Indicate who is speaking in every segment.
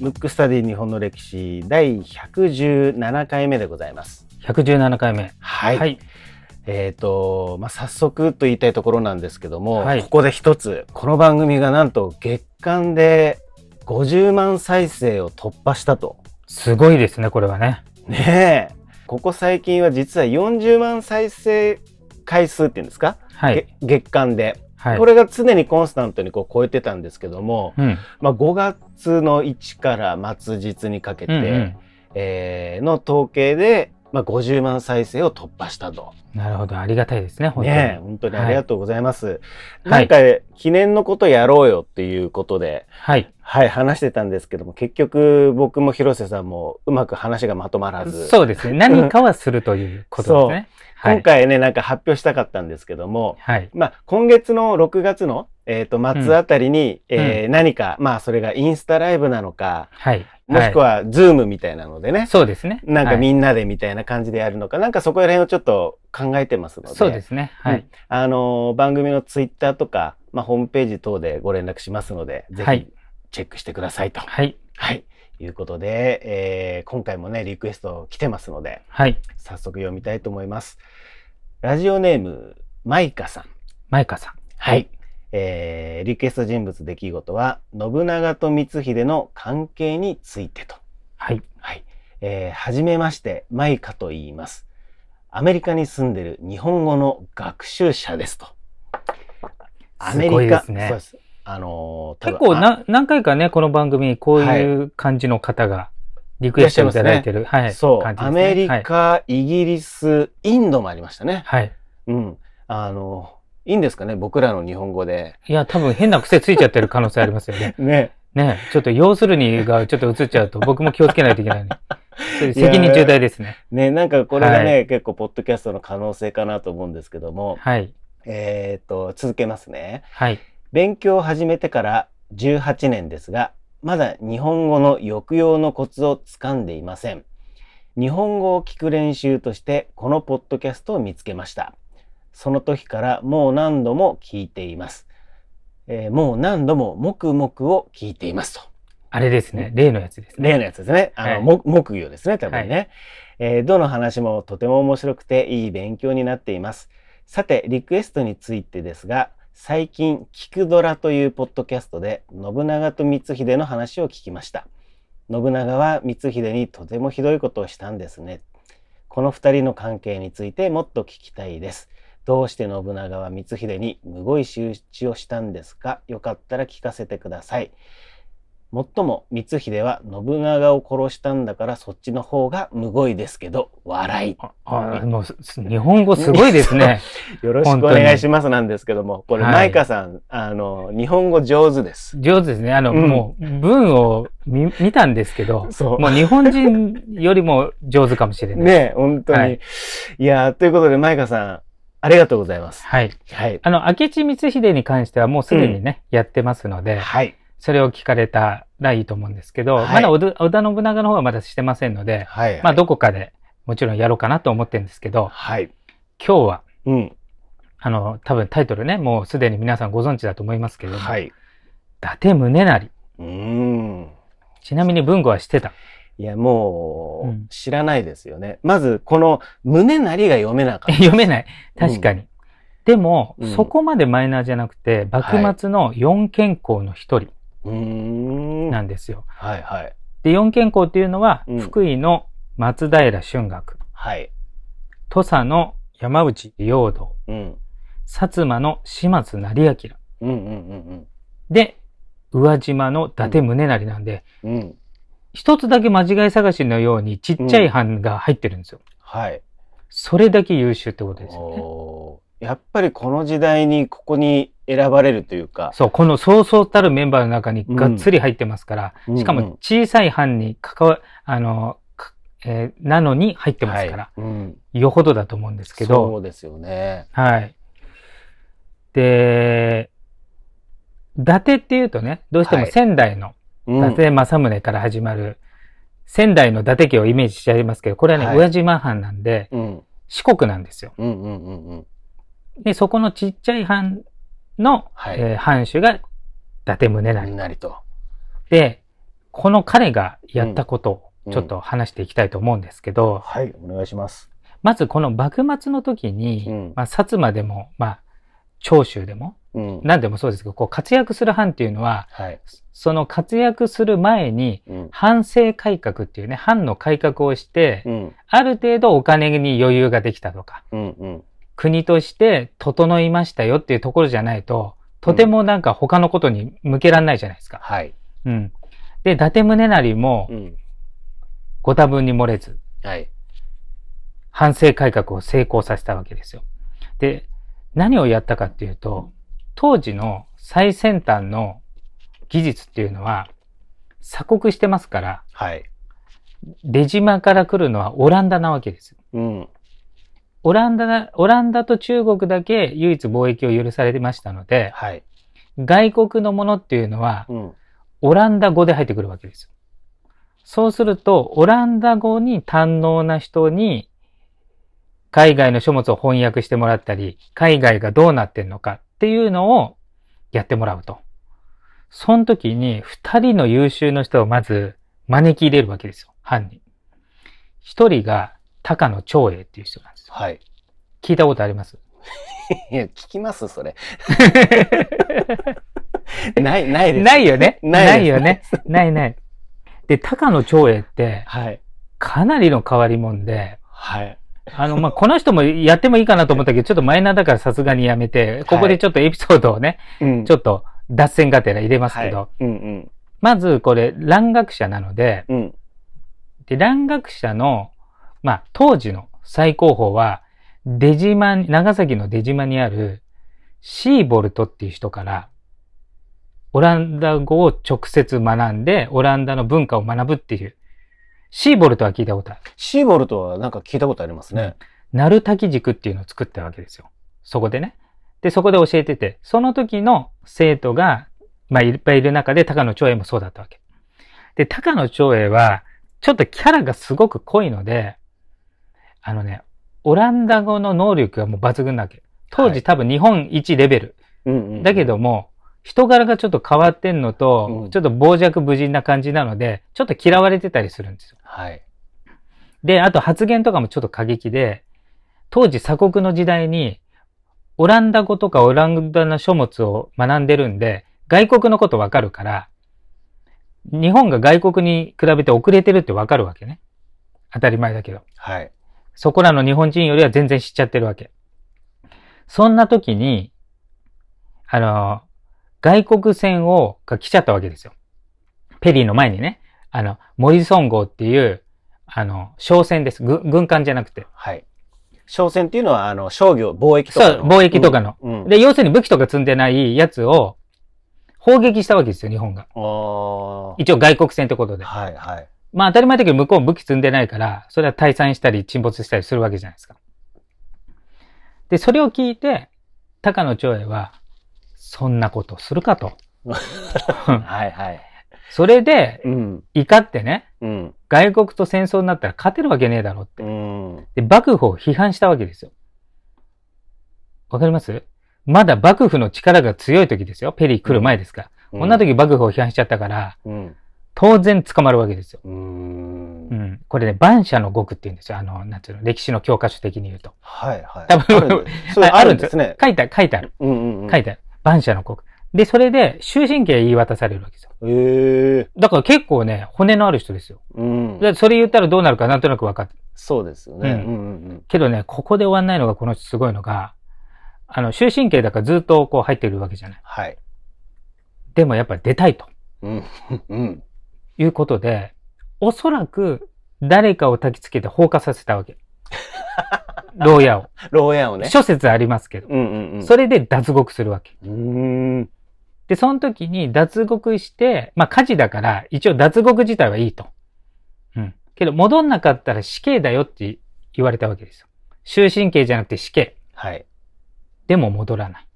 Speaker 1: ムックスタディ日本の歴史第117回目でございます。
Speaker 2: 117回目。
Speaker 1: はい。
Speaker 2: はい。
Speaker 1: えっ、と、まあ、早速と言いたいところなんですけども、
Speaker 2: はい
Speaker 1: ここで一つ、この番組がなんと月間で50万再生を突破したと。
Speaker 2: すごいですね、これはね。
Speaker 1: ねえ。ここ最近は実は40万再生回数っていうんですか、
Speaker 2: はい。
Speaker 1: げ月間で。
Speaker 2: はい。
Speaker 1: これが常にコンスタントにこう超えてたんですけども、
Speaker 2: うん。
Speaker 1: まあ、5月の1から末日にかけて、
Speaker 2: うんうん
Speaker 1: えーの統計で、まあ、50万再生を突破したと。
Speaker 2: なるほど。ありがたいですね、本当に。
Speaker 1: ねえ本当にありがとうございます。
Speaker 2: い
Speaker 1: なんか、記念のことやろうよっていうことで、
Speaker 2: はい。
Speaker 1: はい、話してたんですけども、結局僕も広瀬さんもうまく話がまとまらず、
Speaker 2: そうです ね。何かはするということですね。はい
Speaker 1: 今回ね、なんか発表したかったんですけども、
Speaker 2: はい。
Speaker 1: まあ、今月の6月の、えー、と末あたりに、
Speaker 2: うん
Speaker 1: えー何か、まあ、それがインスタライブなのか、
Speaker 2: はい。
Speaker 1: もしく
Speaker 2: は
Speaker 1: は、ズームみたいなのでね
Speaker 2: い。、そうですね。
Speaker 1: なんかみ
Speaker 2: ん
Speaker 1: んなでみたいな感じでやるのか、なんかそこら辺をちょっと考えてますので、
Speaker 2: そうですね。はい。
Speaker 1: あのー番組のツイッターとか、まあ、ホームページ等でご連絡しますので、ぜ
Speaker 2: はい
Speaker 1: ひチェックしてくださいと。はい。
Speaker 2: はい。
Speaker 1: い、うことで、えー今回もね、リクエスト来てますので、
Speaker 2: はい。
Speaker 1: 早速読みたいと思います。ラジオネーム、マイカさん。
Speaker 2: マイカさん。
Speaker 1: はい。えーリクエスト人物出来事は、信長と光秀の関係についてと。
Speaker 2: はい。
Speaker 1: はい。えーはじめまして、マイカと言います。アメリカに住んでる日本語の学習者ですと。アメリカ
Speaker 2: すごいですね
Speaker 1: そうです。あのー
Speaker 2: 結構、
Speaker 1: 多分
Speaker 2: な何回かね、この番組、こういう感じの方がリクエストいただいてる。は
Speaker 1: あ
Speaker 2: い。
Speaker 1: そう、
Speaker 2: 感じ
Speaker 1: ア
Speaker 2: ですね
Speaker 1: メリ
Speaker 2: はい。
Speaker 1: カ、イギリス、インドもありましたね。
Speaker 2: はい。
Speaker 1: うん。あのーいいんですかね、僕らの日本語で。
Speaker 2: いや、多分変な癖ついちゃってる可能性ありますよね。
Speaker 1: ね。
Speaker 2: ねちょっと要するにがちょっと映っちゃうと僕も気をつけないといけないね。 それ責任重大ですね。
Speaker 1: ね、なんかこれがね、
Speaker 2: は
Speaker 1: 結構、ポッドキャストの可能性かなと思うんですけども、
Speaker 2: はい。
Speaker 1: えーっと、続けますね。
Speaker 2: はい。
Speaker 1: 勉強を始めてから18年ですが、まだ日本語の抑揚のコツをつかんでいません。日本語を聞く練習としてこのポッドキャストを見つけました。その時からもう何度も聞いています。えーもう何度も黙々を聞いていますと。
Speaker 2: あれですね。例のやつですね。
Speaker 1: 例のやつですね。あの、
Speaker 2: はい
Speaker 1: も木魚ですね、多分ね、えーどの話もとても面白くていい勉強になっています。さて、リクエストについてですが、最近、聞くドラというポッドキャストで、信長と光秀の話を聞きました。信長は光秀にとてもひどいことをしたんですね。この二人の関係についてもっと聞きたいです。どうして信長は光秀にむごい仕打ちをしたんですかよかったら聞かせてください。もっとも光秀は信長を殺したんだからそっちの方がむごいですけど笑い。
Speaker 2: ああもうすす日本語すごいですね。
Speaker 1: よろしくお願いしますなんですけども、これ、
Speaker 2: はい
Speaker 1: マイカさん、あの、日本語上手です。
Speaker 2: 上手ですね。あの、
Speaker 1: うん
Speaker 2: もう文を見見たんですけど、
Speaker 1: そう。
Speaker 2: もう日本人よりも上手かもしれない。
Speaker 1: ねえ本当に。
Speaker 2: はいい、
Speaker 1: やーということで、マイカさん、ありがとうございます。
Speaker 2: はい。
Speaker 1: はい。
Speaker 2: あの、明智光秀に関してはもうすでにね、やってますので、
Speaker 1: はい。
Speaker 2: それを聞かれたらいいと思うんですけど、
Speaker 1: はい
Speaker 2: まだ織田織田信長の方はまだしてませんので、
Speaker 1: はい。
Speaker 2: まあどこかでもちろんやろうかなと思ってるんですけど、
Speaker 1: はい。
Speaker 2: 今日は、
Speaker 1: うん。
Speaker 2: あの、多分タイトルね、もうすでに皆さんご存知だと思いますけれども、
Speaker 1: はい。
Speaker 2: 伊達宗成。
Speaker 1: うーん。
Speaker 2: ちなみに文語はしてた。
Speaker 1: いや、もう、
Speaker 2: うん
Speaker 1: 知らないですよね。まず、この、胸なりが読めなかった。
Speaker 2: 読めない。確かに。でも、
Speaker 1: うん
Speaker 2: そこまでマイナーじゃなくて、幕末の四健康の一人
Speaker 1: うーん。
Speaker 2: なんですよ。
Speaker 1: はいはい。
Speaker 2: で、四健康っていうのは、
Speaker 1: うん
Speaker 2: 福井の松平春岳、
Speaker 1: はい。
Speaker 2: 土佐の山内陽道、
Speaker 1: うん。
Speaker 2: 薩摩の島津成明
Speaker 1: うんうんうん
Speaker 2: で、宇和島の伊達宗成なんで、
Speaker 1: うん。うん。
Speaker 2: 一つだけ間違い探しのようにちっちゃい版が入ってるんですよ。
Speaker 1: はい。
Speaker 2: それだけ優秀ってことですよね。
Speaker 1: おーやっぱりこの時代にここに選ばれるというか、
Speaker 2: そう、このそうそうたるメンバーの中にがっつり入ってますから、
Speaker 1: うん
Speaker 2: しかも小さい版に関わ、あの、かえーなのに入ってますから、
Speaker 1: はいうん、
Speaker 2: よほどだと思うんですけ
Speaker 1: そ
Speaker 2: ど、
Speaker 1: うですよね。
Speaker 2: はい。で、伊達っていうとね、どうしても
Speaker 1: はい
Speaker 2: 仙台の
Speaker 1: うん
Speaker 2: 伊達政宗から始まる、仙台の伊達家をイメージしちゃいますけど、これはね、
Speaker 1: はい
Speaker 2: 宇和島藩なんで、
Speaker 1: うん
Speaker 2: 四国なんですよ。
Speaker 1: うんうんうんうん
Speaker 2: で、そこのちっちゃい藩の、
Speaker 1: はい
Speaker 2: えー藩主が伊達宗成。
Speaker 1: なりと。
Speaker 2: で、この彼がやったこと
Speaker 1: う
Speaker 2: を
Speaker 1: ん
Speaker 2: ちょっと話していきたいと思うんですけど、
Speaker 1: はい、お願いします。
Speaker 2: まずこの幕末の時に、
Speaker 1: うん
Speaker 2: まあ、薩摩でも、まあ、長州でも、
Speaker 1: うん。
Speaker 2: 何でもそうですけど、こう活躍する藩っていうのは、
Speaker 1: はい。
Speaker 2: その活躍する前に、
Speaker 1: うん。
Speaker 2: 藩政改革っていうね、藩の改革をして、
Speaker 1: うん。
Speaker 2: ある程度お金に余裕ができたとか、
Speaker 1: うん。うん。
Speaker 2: 国として整いましたよっていうところじゃないと、とてもなんか他のことに向けられないじゃないですか。
Speaker 1: はい。
Speaker 2: うん。で、伊達宗成も
Speaker 1: うん。
Speaker 2: ご多分に漏れず、
Speaker 1: はい。
Speaker 2: 反省改革を成功させたわけですよ。で、何をやったかっていうと、当時の最先端の技術っていうのは、鎖国してますから、
Speaker 1: はい。
Speaker 2: 出島から来るのはオランダなわけです。
Speaker 1: うん。
Speaker 2: オランダな、オランダと中国だけ唯一貿易を許されてましたので、
Speaker 1: はい。
Speaker 2: 外国のものっていうのは、
Speaker 1: うん。
Speaker 2: オランダ語で入ってくるわけですよ。そうすると、オランダ語に堪能な人に、海外の書物を翻訳してもらったり、海外がどうなってんのかっていうのをやってもらうと。その時に、二人の優秀の人をまず招き入れるわけですよ、犯人。一人が高野長英っていう人なんですよ。
Speaker 1: はい。
Speaker 2: 聞いたことあります
Speaker 1: いや、聞きますそ れ。ない、ないです。
Speaker 2: ないよね
Speaker 1: な
Speaker 2: ない
Speaker 1: で
Speaker 2: い
Speaker 1: す
Speaker 2: よねないない。で、高野長英って、
Speaker 1: はい。
Speaker 2: かなりの変わりもんで、
Speaker 1: はい。
Speaker 2: あの、まあ、この人もやってもいいかなと思ったけど、ちょっとマイナーだからさすがにやめて、ここでちょっとエピソードをね、
Speaker 1: うん
Speaker 2: ちょ
Speaker 1: っ
Speaker 2: っと脱線がてら入れますけど、
Speaker 1: はい、うんうん。
Speaker 2: まずこれ、蘭学者なので、
Speaker 1: うん。
Speaker 2: で、蘭学者の、まあ、当時の最高峰は、出島に、長崎の出島にあるシーボルトっていう人から、オランダ語を直接学んで、オランダの文化を学ぶっていう。シーボルトは聞いたことある。
Speaker 1: シーボルトはなんか聞いたことありますね。
Speaker 2: なるたき軸っていうのを作ったわけですよ。そこでね。で、そこで教えてて、その時の生徒が、まあ、いっぱいいる中で、高野長英もそうだったわけ。で、高野長英は、ちょっとキャラがすごく濃いので、あのね、オランダ語の能力がもう抜群なわけ。当
Speaker 1: はい
Speaker 2: 時多分日本一レベル。
Speaker 1: うんうん。
Speaker 2: だけど、も、人柄がちょっと変わってんのと、
Speaker 1: うん
Speaker 2: ちょっと傍若無人な感じなので、ちょっと嫌われてたりするんですよ。
Speaker 1: はい。
Speaker 2: で、あと発言とかもちょっと過激で、当時鎖国の時代に、オランダ語とかオランダの書物を学んでるんで、外国のことわかるから、日本が外国に比べて遅れてるってわかるわけね。当たり前だけど。
Speaker 1: はい。
Speaker 2: そこらの日本人よりは全然知っちゃってるわけ。そんな時に、あの、外国船を、が来ちゃったわけですよ。ペリーの前にね、あの、モリソン号っていう、あの、商船です。ぐ軍艦じゃなくて。
Speaker 1: はい。商船っていうのは、あの、商業、貿易とかの。
Speaker 2: そう貿易とかの
Speaker 1: うん。うん、
Speaker 2: で、要するに武器とか積んでないやつを、砲撃したわけですよ、日本が。
Speaker 1: あー
Speaker 2: 一応外国船ってことで。
Speaker 1: はい、はい。
Speaker 2: まあ当たり前だけど向こう武器積んでないから、それは退散したり沈没したりするわけじゃないですか。で、それを聞いて、高野長英は、そんなことするかと。
Speaker 1: はい、はい。
Speaker 2: それで、
Speaker 1: うん。
Speaker 2: 怒ってね、
Speaker 1: うん。
Speaker 2: 外国と戦争になったら勝てるわけねえだろって
Speaker 1: う。ん。
Speaker 2: で、幕府を批判したわけですよ。わかりますまだ幕府の力が強い時ですよ。ペリー来る前ですから。こんな時幕府を批判しちゃったから、
Speaker 1: うん。
Speaker 2: 当然捕まるわけですよ。
Speaker 1: う。
Speaker 2: うんん。これね、万社の極って言うんですよ。あの、なんていうの、歴史の教科書的に言うと。
Speaker 1: はい、はい。
Speaker 2: 多分
Speaker 1: あ るんです。それあるんですね。
Speaker 2: 書いてある、書いてある、
Speaker 1: うんうんうん。
Speaker 2: 書いてある。万社の国。で、それで、終身刑言い渡されるわけですよ。
Speaker 1: ええ
Speaker 2: だから結構ね、骨のある人ですよ。
Speaker 1: うん。
Speaker 2: でそれ言ったらどうなるかなんとなく分かってる。
Speaker 1: そうですよね。う
Speaker 2: うんん
Speaker 1: うん
Speaker 2: けどね、ここで終わんないのがこの人すごいのが、あの、終身刑だからずっとこう入ってるわけじゃない。
Speaker 1: はい。
Speaker 2: でもやっぱり出たいと
Speaker 1: うん。うん。
Speaker 2: いうことで、おそらく誰かを焚きつけて放火させたわけ。 牢屋を。
Speaker 1: 牢屋をね。
Speaker 2: 諸説ありますけど。
Speaker 1: うんうんうん。
Speaker 2: それで脱獄するわけ。
Speaker 1: うーん。
Speaker 2: で、その時に脱獄して、まあ火事だから、一応脱獄自体はいいと。うん。けど、戻んなかったら死刑だよって言われたわけですよ。終身刑じゃなくて死刑。
Speaker 1: はい。
Speaker 2: でも戻らない。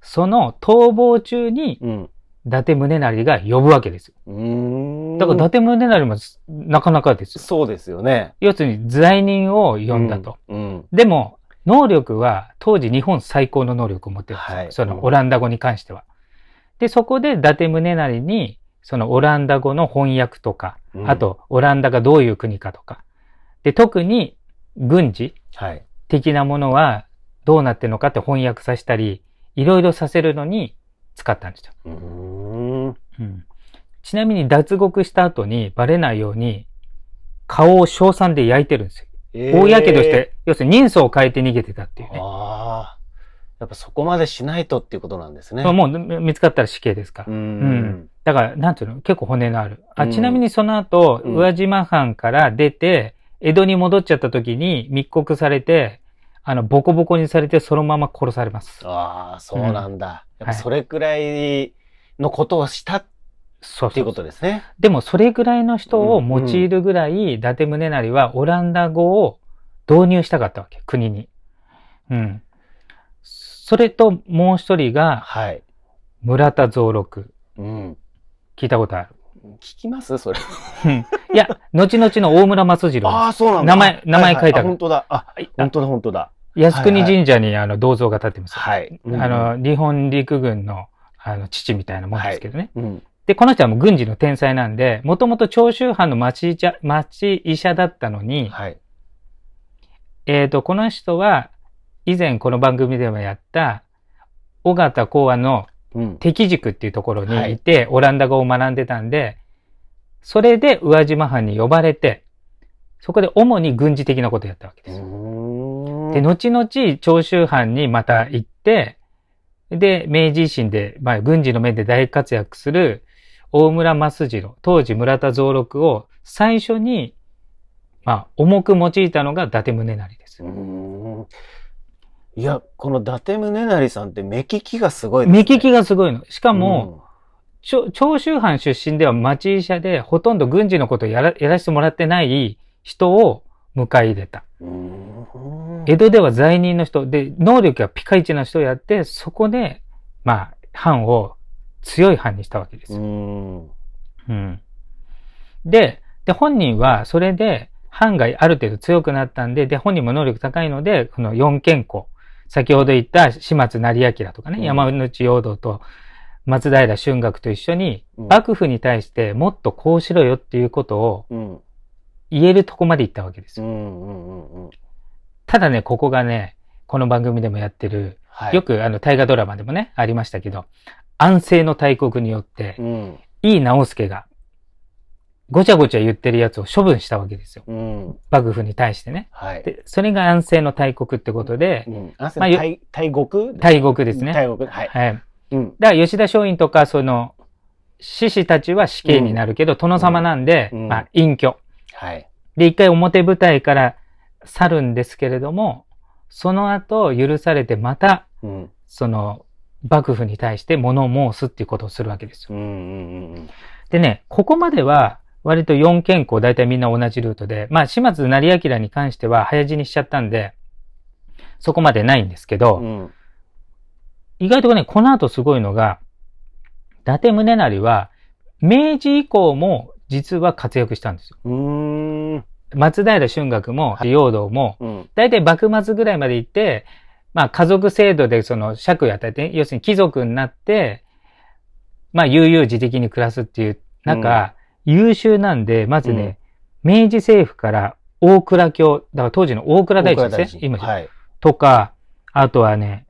Speaker 2: その逃亡中に、
Speaker 1: うん。
Speaker 2: 伊達宗成が呼ぶわけですよ。
Speaker 1: うーん。
Speaker 2: だから伊達宗成もなかなかですよ。
Speaker 1: そうですよね。
Speaker 2: 要するに罪人を呼んだと。
Speaker 1: うん。
Speaker 2: でも、能力は当時日本最高の能力を持ってるんですよ。
Speaker 1: はい
Speaker 2: そのオランダ語に関しては。で、そこで伊達宗成に、そのオランダ語の翻訳とか、
Speaker 1: うん
Speaker 2: あ、とオランダがどういう国かとか、で、特に軍事
Speaker 1: はい。
Speaker 2: 的なものはどうなってるのかって翻訳させたり、いろいろさせるのに使ったんですよ。
Speaker 1: うーん。
Speaker 2: ちなみに脱獄した後にバレないように、顔を硝酸で焼いてるんですよ。
Speaker 1: えー
Speaker 2: 大やけどして、要するに人相を変えて逃げてたっていうね。
Speaker 1: ああ。やっぱそこまでしないとっていうことなんですね。
Speaker 2: まあもうね見つかったら死刑ですから。
Speaker 1: うん。
Speaker 2: だから、なんていうの結構骨のある。あ、
Speaker 1: うん
Speaker 2: ちなみにその後、
Speaker 1: うん
Speaker 2: 宇和島藩から出て、江戸に戻っちゃった時に密告されて、あの、ボコボコにされてそのまま殺されます。
Speaker 1: ああ、そうなんだ。
Speaker 2: うん
Speaker 1: やっぱそれくらいのことをしたっ
Speaker 2: そう
Speaker 1: て
Speaker 2: そ
Speaker 1: いう
Speaker 2: う
Speaker 1: ことですね。
Speaker 2: でも、それぐらいの人を用いるぐらい、伊達宗成はオランダ語を導入したかったわけ、国に。うん。それと、もう一人が、
Speaker 1: はい。
Speaker 2: 村田蔵六。
Speaker 1: うん。
Speaker 2: 聞いたことある。
Speaker 1: 聞きますそれ。
Speaker 2: いや、後々の大村松次郎です
Speaker 1: ああ、そうなんだ。
Speaker 2: 名前名前書い
Speaker 1: はは
Speaker 2: てある
Speaker 1: あ本当だ。あ、本当だ、本当だ。
Speaker 2: 靖国神社にあの銅像が建ってますよ。
Speaker 1: はい。うん
Speaker 2: あ、の、日本陸軍のあの父みたいなもんですけどね。
Speaker 1: うん。
Speaker 2: で、この人はもう軍事の天才なんで、もともと長州藩の町医者町医者だったのに、
Speaker 1: はい。
Speaker 2: えっ、と、この人は以前この番組でもやった、尾形講和の
Speaker 1: うん。
Speaker 2: 敵塾っていうところにいて、オランダ語を学んでたんで、それで宇和島藩に呼ばれて、そこで主に軍事的なことをやったわけですよ。で、後々、長州藩にまた行って、で、明治維新で、まあ、軍事の面で大活躍する大村益次郎、当時村田蔵六を最初に、まあ、重く用いたのが伊達宗成です。
Speaker 1: うんいや、この伊達宗成さんって目利きがすごい
Speaker 2: 目利
Speaker 1: が
Speaker 2: きがすごいの。しかも、ちょ長州藩出身では町医者で、ほとんど軍事のことをやらやらせてもらってない人を迎え入れた。
Speaker 1: うん、
Speaker 2: 江戸では罪人の人で、能力がピカイチな人をやって、そこで、まあ、藩を強い藩にしたわけです
Speaker 1: う
Speaker 2: よ。
Speaker 1: ん。
Speaker 2: うんで、で、本人はそれで、藩がある程度強くなったんで、で、本人も能力高いので、この四健公、先ほど言った島津成明とかね、
Speaker 1: うん
Speaker 2: 山内陽道と松平春岳と一緒に、
Speaker 1: うん
Speaker 2: 幕府に対してもっとこうしろよっていうことを
Speaker 1: うん。
Speaker 2: 言えるとこまで行ったわけです
Speaker 1: う
Speaker 2: よ。
Speaker 1: ん。うんうん。うん。
Speaker 2: ただね、ここがね、この番組でもやってる、
Speaker 1: はい。
Speaker 2: よくあの大河ドラマでもね、ありましたけど、安政の大国によって
Speaker 1: う、ん。
Speaker 2: 井伊直弼が、ごちゃごちゃ言ってるやつを処分したわけですよ。
Speaker 1: うん。
Speaker 2: 幕府に対してね。
Speaker 1: はい。
Speaker 2: で、それが安政の大国ってことで
Speaker 1: う、ん。あ、
Speaker 2: まあよ
Speaker 1: 大、大国
Speaker 2: 大国ですね。
Speaker 1: 大国。はい。
Speaker 2: はい。
Speaker 1: うん。
Speaker 2: だから吉田松陰とか、その、志士たちは死刑になるけど、殿様なんで、
Speaker 1: うん
Speaker 2: まあ、隠居。
Speaker 1: はい。
Speaker 2: で、一回表舞台から去るんですけれども、その後許されてまた、
Speaker 1: うん。
Speaker 2: その、幕府に対して物を申すっていうことをするわけですよ。
Speaker 1: うん。うん。うん。
Speaker 2: でね、ここまでは、割と4健康、大体みんな同じルートで、まあ、島津成明に関しては早死にしちゃったんで、そこまでないんですけど、
Speaker 1: うん。
Speaker 2: 意外とね、この後すごいのが、伊達宗成は、明治以降も実は活躍したんですよ。
Speaker 1: うん。
Speaker 2: 松平春岳も、陽道も、
Speaker 1: うん。
Speaker 2: 大体幕末ぐらいまで行って、まあ家族制度でその爵を与えて、要するに貴族になって、まあ悠々自適に暮らすっていう中、優秀なんで、まずね、明治政府から大蔵卿、だから当時の大蔵大臣ですね、今、
Speaker 1: はい。
Speaker 2: とか、あとはね、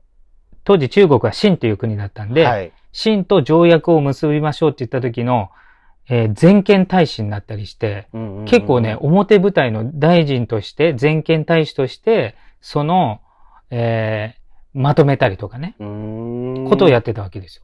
Speaker 2: 当時中国は清という国だったんで、
Speaker 1: はい。
Speaker 2: 清と条約を結びましょうって言った時の、えー全権大使になったりして、
Speaker 1: うん
Speaker 2: 結構ね、、表舞台の大臣として、全権大使として、その、えーまとめたりとかね、
Speaker 1: うん。
Speaker 2: ことをやってたわけですよ。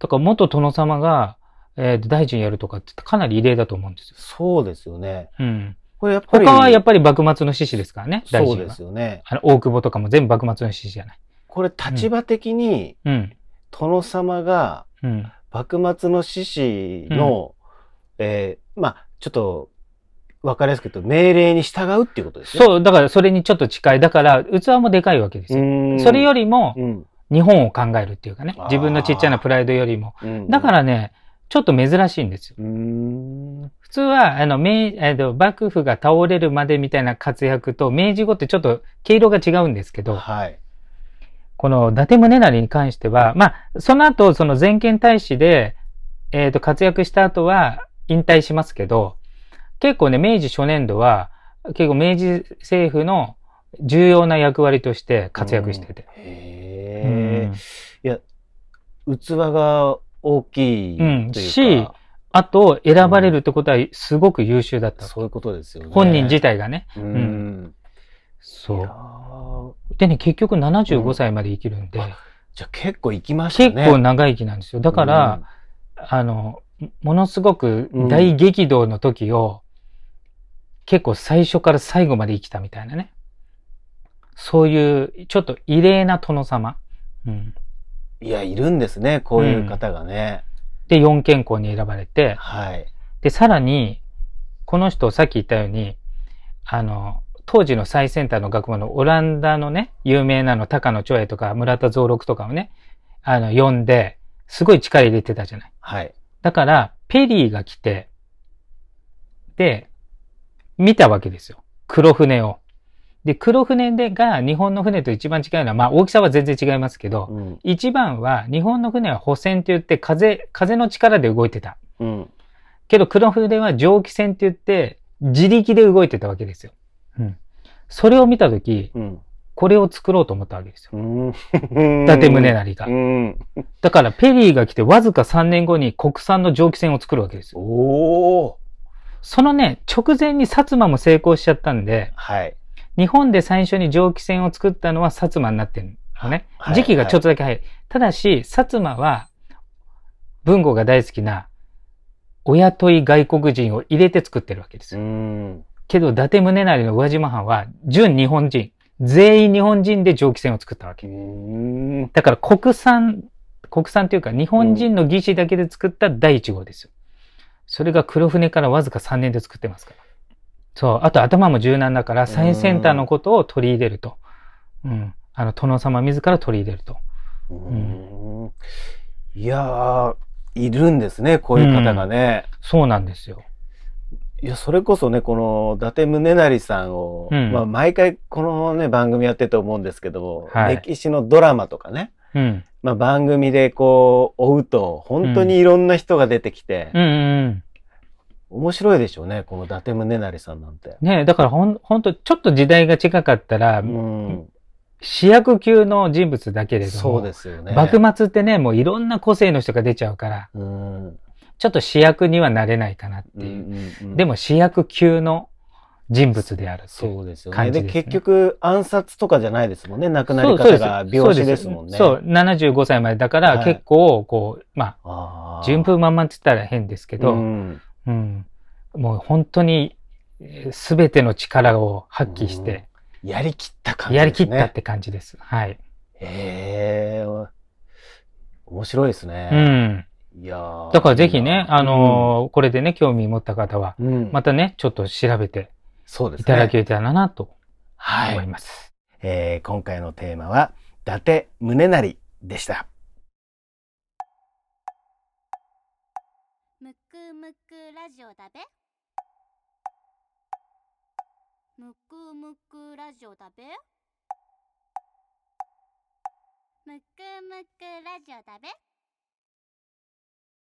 Speaker 2: だから元殿様が、えー大臣やるとかってかなり異例だと思うんですよ。
Speaker 1: そうですよね。
Speaker 2: うん。
Speaker 1: これやっぱり。
Speaker 2: 他はやっぱり幕末の志士ですからね、大
Speaker 1: そう
Speaker 2: 臣
Speaker 1: で
Speaker 2: は
Speaker 1: す。よね。
Speaker 2: あの、大久保とかも全部幕末の志士じゃない。
Speaker 1: これ立場的に、
Speaker 2: うん。
Speaker 1: 殿様が
Speaker 2: うん。
Speaker 1: 幕末の志士の、えーまあ、ちょっと、わかりやすく言うと、命令に従うっていうことですね。
Speaker 2: そう、だからそれにちょっと近い。だから、器もでかいわけですよ。
Speaker 1: う
Speaker 2: それよ
Speaker 1: り、
Speaker 2: りも、
Speaker 1: うん
Speaker 2: 日本を考えるっていうかね
Speaker 1: あー、
Speaker 2: 自分のちっちゃなプライドよりも、
Speaker 1: うん
Speaker 2: だからね、ちょっと珍しいんですよ。
Speaker 1: うーん。
Speaker 2: 普通は、あの、明、えっと、幕府が倒れるまでみたいな活躍と、明治後ってちょっと毛色が違うんですけど、
Speaker 1: はい。
Speaker 2: この伊達宗成に関しては、まあ、その後、その前県大使で、えっ、と、活躍した後は引退しますけど、結構ね、明治初年度は、結構明治政府の重要な役割として活躍してて。
Speaker 1: へえ。器が大きいという
Speaker 2: うん
Speaker 1: か。
Speaker 2: しあと、選ばれるってことはすごく優秀だった。
Speaker 1: そういうことですよね。
Speaker 2: 本人自体がね。
Speaker 1: うん。い
Speaker 2: そ
Speaker 1: や
Speaker 2: う。
Speaker 1: ー
Speaker 2: でね、結局
Speaker 1: う
Speaker 2: 75
Speaker 1: ん
Speaker 2: 歳まで生きるんで、
Speaker 1: あじゃあ結構行きました
Speaker 2: 結
Speaker 1: ね。
Speaker 2: 構長生きなんですよ。だから、あの、ものすごく大激動の時を、結構最初から最後まで生きたみたいなね。そういう、ちょっと異例な殿様。うん、
Speaker 1: うん、いや、いるんですね、こういう方がね。
Speaker 2: で、四健康に選ばれて、
Speaker 1: はい。
Speaker 2: で、さらに、この人、さっき言ったように、あの、当時の最先端の学問のオランダのね、有名なの高野長英とか村田蔵六とかをね、あの、読んで、すごい力入れてたじゃない。
Speaker 1: はい。
Speaker 2: だから、ペリーが来て、で、見たわけですよ。黒船を。で、黒船でが日本の船と一番近いのは、まあ大きさは全然違いますけど、
Speaker 1: うん。
Speaker 2: 一番は日本の船は補船って言って風、風の力で動いてた。
Speaker 1: うん。
Speaker 2: けど黒船は蒸気船って言って自力で動いてたわけですよ。うん。それを見たとき、
Speaker 1: うん。
Speaker 2: これを作ろうと思ったわけですよ。
Speaker 1: うん。
Speaker 2: 伊達宗成が
Speaker 1: う。ん。
Speaker 2: だからペリーが来てわずか3年後に国産の蒸気船を作るわけですよ。
Speaker 1: おお。
Speaker 2: そのね、直前に薩摩も成功しちゃったんで、
Speaker 1: はい。
Speaker 2: 日本で最初に蒸気船を作ったのは薩摩になってるのね。
Speaker 1: はい
Speaker 2: 時期がちょっとだけ早い。ただし、薩摩は文豪が大好きな、お雇い外国人を入れて作ってるわけです
Speaker 1: う
Speaker 2: よ。
Speaker 1: ん。
Speaker 2: けど、伊達宗成の宇和島藩は、純日本人、全員日本人で蒸気船を作ったわ
Speaker 1: う
Speaker 2: け。
Speaker 1: ん。
Speaker 2: だから国産、国産というか日本人の技師だけで作った第一号ですよ。それが黒船からわずか3年で作ってますから。そう。あと頭も柔軟だから最先端のことを取り入れると。うん。あの、殿様自ら取り入れると。
Speaker 1: うんいやー、いるんですね、こういう方がね。
Speaker 2: そうなんですよ。
Speaker 1: いや、それこそね、この伊達宗成さんを、
Speaker 2: うん
Speaker 1: まあ、毎回このね、番組やってて思うんですけども、
Speaker 2: はい
Speaker 1: 歴史のドラマとかね、
Speaker 2: うん。
Speaker 1: まあ、番組でこう、追うと、本当にいろんな人が出てきて、
Speaker 2: うんうんうん。
Speaker 1: 面白いでしょうね、この伊達宗成さんなんて。
Speaker 2: ねえだからほん、ほんと、ちょっと時代が近かったら、
Speaker 1: うん、
Speaker 2: 主役級の人物だけれども、
Speaker 1: そうですよね。
Speaker 2: 幕末ってね、もういろんな個性の人が出ちゃうから、
Speaker 1: うんうん
Speaker 2: ちょっと主役にはなれないかなって
Speaker 1: う
Speaker 2: いう。
Speaker 1: んうん
Speaker 2: でも主役級の人物であるっていう
Speaker 1: そうですよね。
Speaker 2: 感
Speaker 1: で
Speaker 2: じですね
Speaker 1: 結局、暗殺とかじゃないですもんね、亡くな
Speaker 2: そ
Speaker 1: り
Speaker 2: うそう
Speaker 1: 方
Speaker 2: です
Speaker 1: が病死ですもんね。
Speaker 2: そうですそう、75歳までだ
Speaker 1: は
Speaker 2: から
Speaker 1: い
Speaker 2: 結構、こう、ま
Speaker 1: あ
Speaker 2: あ、
Speaker 1: ー
Speaker 2: 順風満々って言ったら変ですけど、
Speaker 1: う
Speaker 2: うん、
Speaker 1: ん
Speaker 2: もう本当に、すべての力を発揮して、
Speaker 1: やりきった感じですね。
Speaker 2: やりきったって感じです。はい。
Speaker 1: へえ、面白いです
Speaker 2: う
Speaker 1: ね。
Speaker 2: ん。
Speaker 1: いやー
Speaker 2: だからぜひね、
Speaker 1: いいな
Speaker 2: あのーこれでね、興味持った方は、
Speaker 1: うんうん
Speaker 2: またね、ちょっと調べて
Speaker 1: そうですね。
Speaker 2: いただけたらなと
Speaker 1: は
Speaker 2: 思い
Speaker 1: い、
Speaker 2: ます。
Speaker 1: えー今回のテーマは、伊達宗成でした。
Speaker 3: むくむくラジオだべむくむくラジオだべむくむくラジオだべ